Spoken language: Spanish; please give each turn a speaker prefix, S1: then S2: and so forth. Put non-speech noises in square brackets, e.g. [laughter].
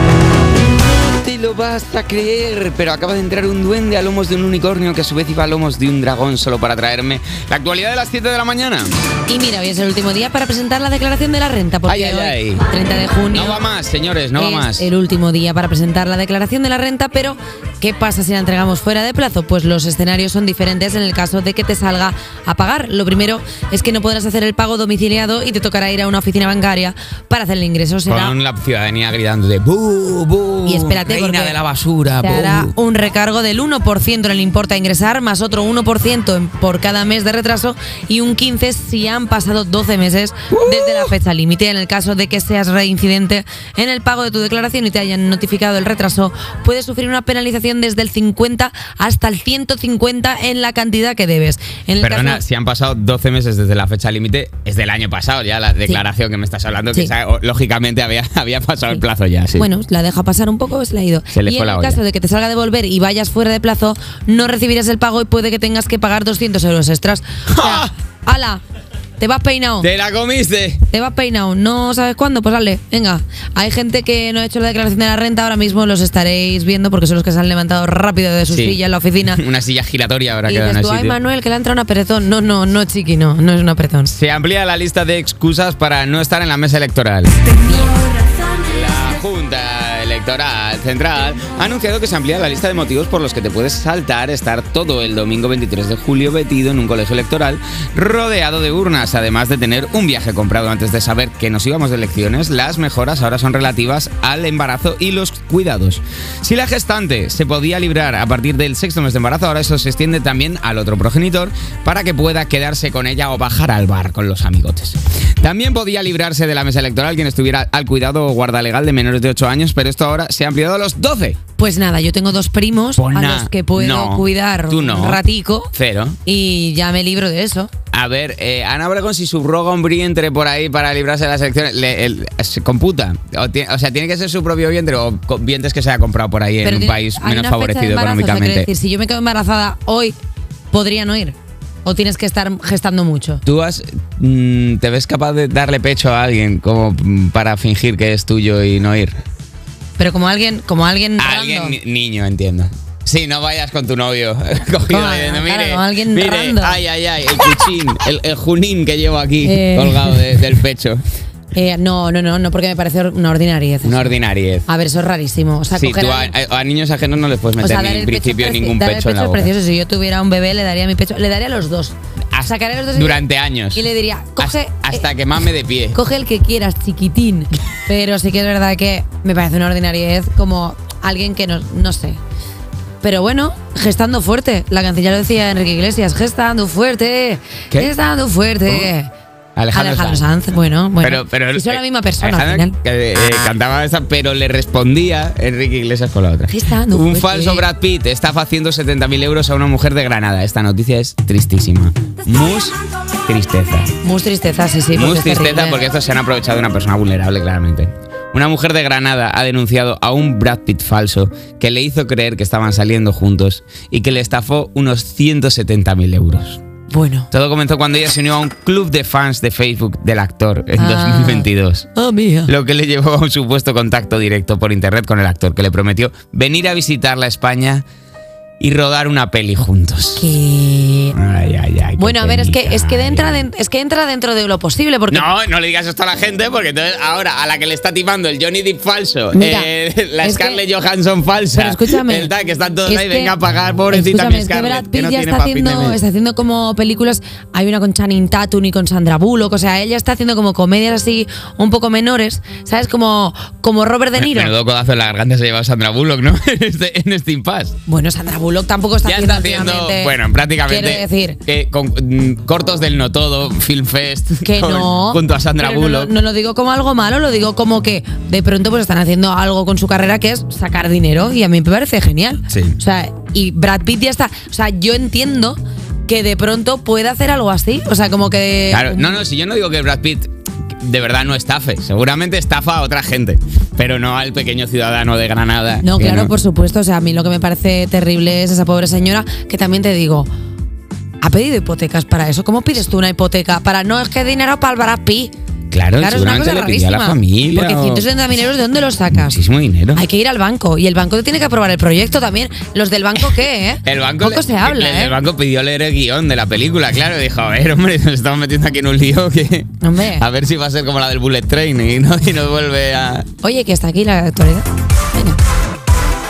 S1: te lo vas a creer, pero acaba de entrar un duende a lomos de un unicornio que a su vez iba a lomos de un dragón solo para traerme la actualidad de las 7 de la mañana.
S2: Y mira, hoy es el último día para presentar la declaración de la renta, porque
S1: Ay, ay, ay.
S2: hoy, 30 de junio,
S1: No va más, señores, no va
S2: es
S1: más.
S2: el último día para presentar la declaración de la renta, pero ¿qué pasa si la entregamos fuera de plazo? Pues los escenarios son diferentes en el caso de que te salga a pagar. Lo primero es que no podrás hacer el pago domiciliado y te tocará ir a una oficina bancaria para hacer el ingreso. Será
S1: Con la ciudadanía gritándote ¡Bu, bu!
S2: Y espérate,
S1: Uh, reina
S2: porque
S1: de la basura,
S2: Se
S1: bu".
S2: hará un recargo del 1% en el importe a ingresar, más otro 1% en- por cada mes de retraso y un 15% si han pasado 12 meses desde la fecha límite. En el caso de que seas reincidente en el pago de tu declaración y te hayan notificado el retraso, puedes sufrir una penalización desde el 50 hasta el 150 en la cantidad que debes. En el
S1: Perdona,
S2: caso-
S1: si han pasado 12 meses desde la fecha límite, es del año pasado ya la declaración que me estás hablando, que
S2: Sí.
S1: esa, o- lógicamente había, [laughs] había pasado el plazo ya. Sí.
S2: Bueno, la deja pasar un poco, se le ha ido.
S1: Se le
S2: y
S1: fue
S2: en
S1: la
S2: el
S1: olla.
S2: caso de que te salga de volver y vayas fuera de plazo, no recibirás el pago y puede que tengas que pagar 200 euros extras. O
S1: [laughs]
S2: sea, ¡Hala! Te vas peinado.
S1: ¡Te la comiste!
S2: Te vas peinado. ¿No sabes cuándo? Pues dale, venga. Hay gente que no ha hecho la declaración de la renta, ahora mismo los estaréis viendo porque son los que se han levantado rápido de sus
S1: Sí.
S2: sillas en
S1: [laughs]
S2: la oficina.
S1: Una silla giratoria habrá
S2: Y
S1: quedado en
S2: dices
S1: el
S2: tú, ay
S1: sitio.
S2: Manuel, que le ha entrado una perezón. No, no, no, chiqui, no, no es una perezón.
S1: Se amplía la lista de excusas para no estar en la mesa electoral. La Junta Electoral Central ha anunciado que se amplía la lista de motivos por los que te puedes saltar estar todo el domingo 23 de julio vetido en un colegio electoral rodeado de urnas, además de tener un viaje comprado antes de saber que nos íbamos de elecciones. Las mejoras ahora son relativas al embarazo y los cuidados. Si la gestante se podía librar a partir del sexto mes de embarazo, ahora eso se extiende también al otro progenitor para que pueda quedarse con ella o bajar al bar con los amigotes. También podía librarse de la mesa electoral quien estuviera al cuidado o guarda legal de menores de 8 años, pero esto ahora se ha ampliado a los 12.
S2: Pues nada, yo tengo dos primos
S1: Pues
S2: a
S1: na-
S2: los que puedo
S1: no,
S2: cuidar
S1: tú no.
S2: un ratico
S1: Cero.
S2: y ya me libro de eso.
S1: A ver, eh, Ana Obregón, si subroga un vientre por ahí para librarse de las elecciones, le- el- se computa. O, ti- o sea, tiene que ser su propio vientre o co- vientres que se haya comprado por ahí en un
S2: tiene-
S1: país
S2: hay
S1: menos
S2: una fecha de
S1: favorecido
S2: embarazo, o sea,
S1: económicamente.
S2: quiero decir, si yo me quedo embarazada hoy, podría no ir. O tienes que estar gestando mucho.
S1: ¿Tú has, mm, te ves capaz de darle pecho a alguien como mm, para fingir que es tuyo y no ir?
S2: Pero como alguien, como alguien.
S1: A
S2: random.
S1: alguien ni- niño, entiendo. Sí, no vayas con tu novio [laughs] cogido
S2: Claro,
S1: diciendo,
S2: claro,
S1: mire,
S2: con alguien
S1: mire,
S2: random".
S1: ay, ay, ay, el cuchín, el, el junín que llevo aquí
S2: Eh.
S1: colgado de- del pecho.
S2: Eh, no, no, no, no, porque me parece una ordinariez.
S1: Una ordinariez.
S2: A ver, eso es rarísimo. O sea,
S1: Sí,
S2: coger
S1: tú
S2: a
S1: a,
S2: alguien-
S1: a- a niños ajenos no les puedes
S2: o
S1: meter
S2: sea,
S1: ni
S2: dar
S1: en
S2: el pecho
S1: principio
S2: es preci-
S1: ningún
S2: dar el
S1: pecho en la
S2: es
S1: boca.
S2: precioso. Si yo tuviera un bebé, le daría mi pecho. Le daría a los dos.
S1: Hasta-
S2: Sacaría a los dos y-
S1: durante años.
S2: Y le diría, coge.
S1: Hasta- hasta
S2: eh,
S1: que mame de pie.
S2: Coge el que quieras, chiquitín. Pero sí que es verdad que me parece una ordinariedad como alguien que no, no sé. Pero bueno, gestando fuerte. La canciller lo decía Enrique Iglesias, gestando fuerte.
S1: ¿Qué? Oh,
S2: Gestando fuerte.
S1: Alejandro Sanz.
S2: Bueno, bueno.
S1: Pero, pero
S2: si son la misma persona al
S1: Alejandro,
S2: final.
S1: eh, eh, cantaba esa, pero le respondía Enrique Iglesias con la otra.
S2: ¿Qué está pues dando
S1: Un
S2: fuerte?
S1: falso Brad Pitt estafa 170.000 euros a una mujer de Granada. Esta noticia es tristísima. Mus tristeza.
S2: Muy tristeza, sí, sí. porque
S1: Mus
S2: es
S1: tristeza
S2: terrible.
S1: porque estos se han aprovechado de una persona vulnerable, claramente. Una mujer de Granada ha denunciado a un Brad Pitt falso que le hizo creer que estaban saliendo juntos y que le estafó unos 170.000 euros.
S2: Bueno.
S1: Todo comenzó cuando ella se unió a un club de fans de Facebook del actor en
S2: Ah.
S1: 2022.
S2: Oh, mía.
S1: Lo que le llevó a un supuesto contacto directo por internet con el actor que le prometió venir a visitar la España y rodar una peli juntos.
S2: Que-
S1: Ay, ay, ay, qué
S2: Bueno, a ver, es que, es, que
S1: penita,
S2: entra
S1: ay, ay.
S2: den- es que entra dentro de lo posible. Porque
S1: No, no le digas esto a la gente porque entonces ahora a la que le está timando el Johnny Depp falso,
S2: Mira,
S1: eh, la
S2: es
S1: Scarlett
S2: que-
S1: Johansson falsa,
S2: Pero escúchame.
S1: el tal, que están todos
S2: es
S1: ahí,
S2: que-
S1: venga a pagar, pobrecita
S2: escúchame,
S1: mi
S2: es que
S1: Scarlett,
S2: Brad
S1: que
S2: Pitt
S1: no
S2: ya
S1: tiene
S2: está
S1: pa' fin de
S2: haciendo, este
S1: mes.
S2: está haciendo como películas. Hay una con Channing Tatum y con Sandra Bullock. O sea, ella está haciendo como comedias así un poco menores. ¿Sabes? Como, como Robert De Niro.
S1: Menudo codazo en la garganta se lleva Sandra Bullock, ¿no? [laughs] en, este, en este impasse.
S2: Bueno, Sandra Bullock tampoco está
S1: ya
S2: haciendo.
S1: está haciendo,
S2: últimamente-
S1: bueno, prácticamente.
S2: Quiero decir.
S1: eh, con, mm, cortos del No Todo, Film Fest.
S2: [laughs]
S1: [laughs]
S2: Que
S1: con-
S2: no.
S1: Junto a Sandra
S2: Pero no lo-
S1: Bullock.
S2: No, lo digo como algo malo, lo digo como que de pronto pues están haciendo algo con su carrera que es sacar dinero y a mí me parece genial.
S1: Sí.
S2: O sea, y Brad Pitt ya está. O sea, yo entiendo que de pronto pueda hacer algo así. O sea, como que.
S1: Claro, no, no, si yo no digo que Brad Pitt de verdad no estafe, seguramente estafa a otra gente, pero no al pequeño ciudadano de Granada.
S2: No,
S1: que
S2: claro, pues, por supuesto. O sea, a mí lo que me parece terrible es esa pobre señora que también te digo. Ha pedido hipotecas para eso. ¿Cómo pides tú una hipoteca? Para no es que dinero para el Brad Pitt.
S1: Claro,
S2: Claro, es una
S1: seguramente
S2: cosa
S1: le pidió a
S2: rarísima.
S1: la familia.
S2: Porque
S1: o-
S2: 170.000 euros, ¿de dónde los sacas?
S1: Muchísimo dinero.
S2: Hay que ir al banco y el banco te tiene que aprobar el proyecto también. ¿Los del banco qué, eh?
S1: El banco,
S2: Poco
S1: le-
S2: se habla,
S1: el,
S2: ¿eh?
S1: el banco pidió leer el guión de la película, claro. y Dijo, a ver, hombre, nos estamos metiendo aquí en un lío que.
S2: Hombre.
S1: A ver si va a ser como la del Bullet Train y no, y no vuelve a.
S2: Oye, que está aquí la actualidad.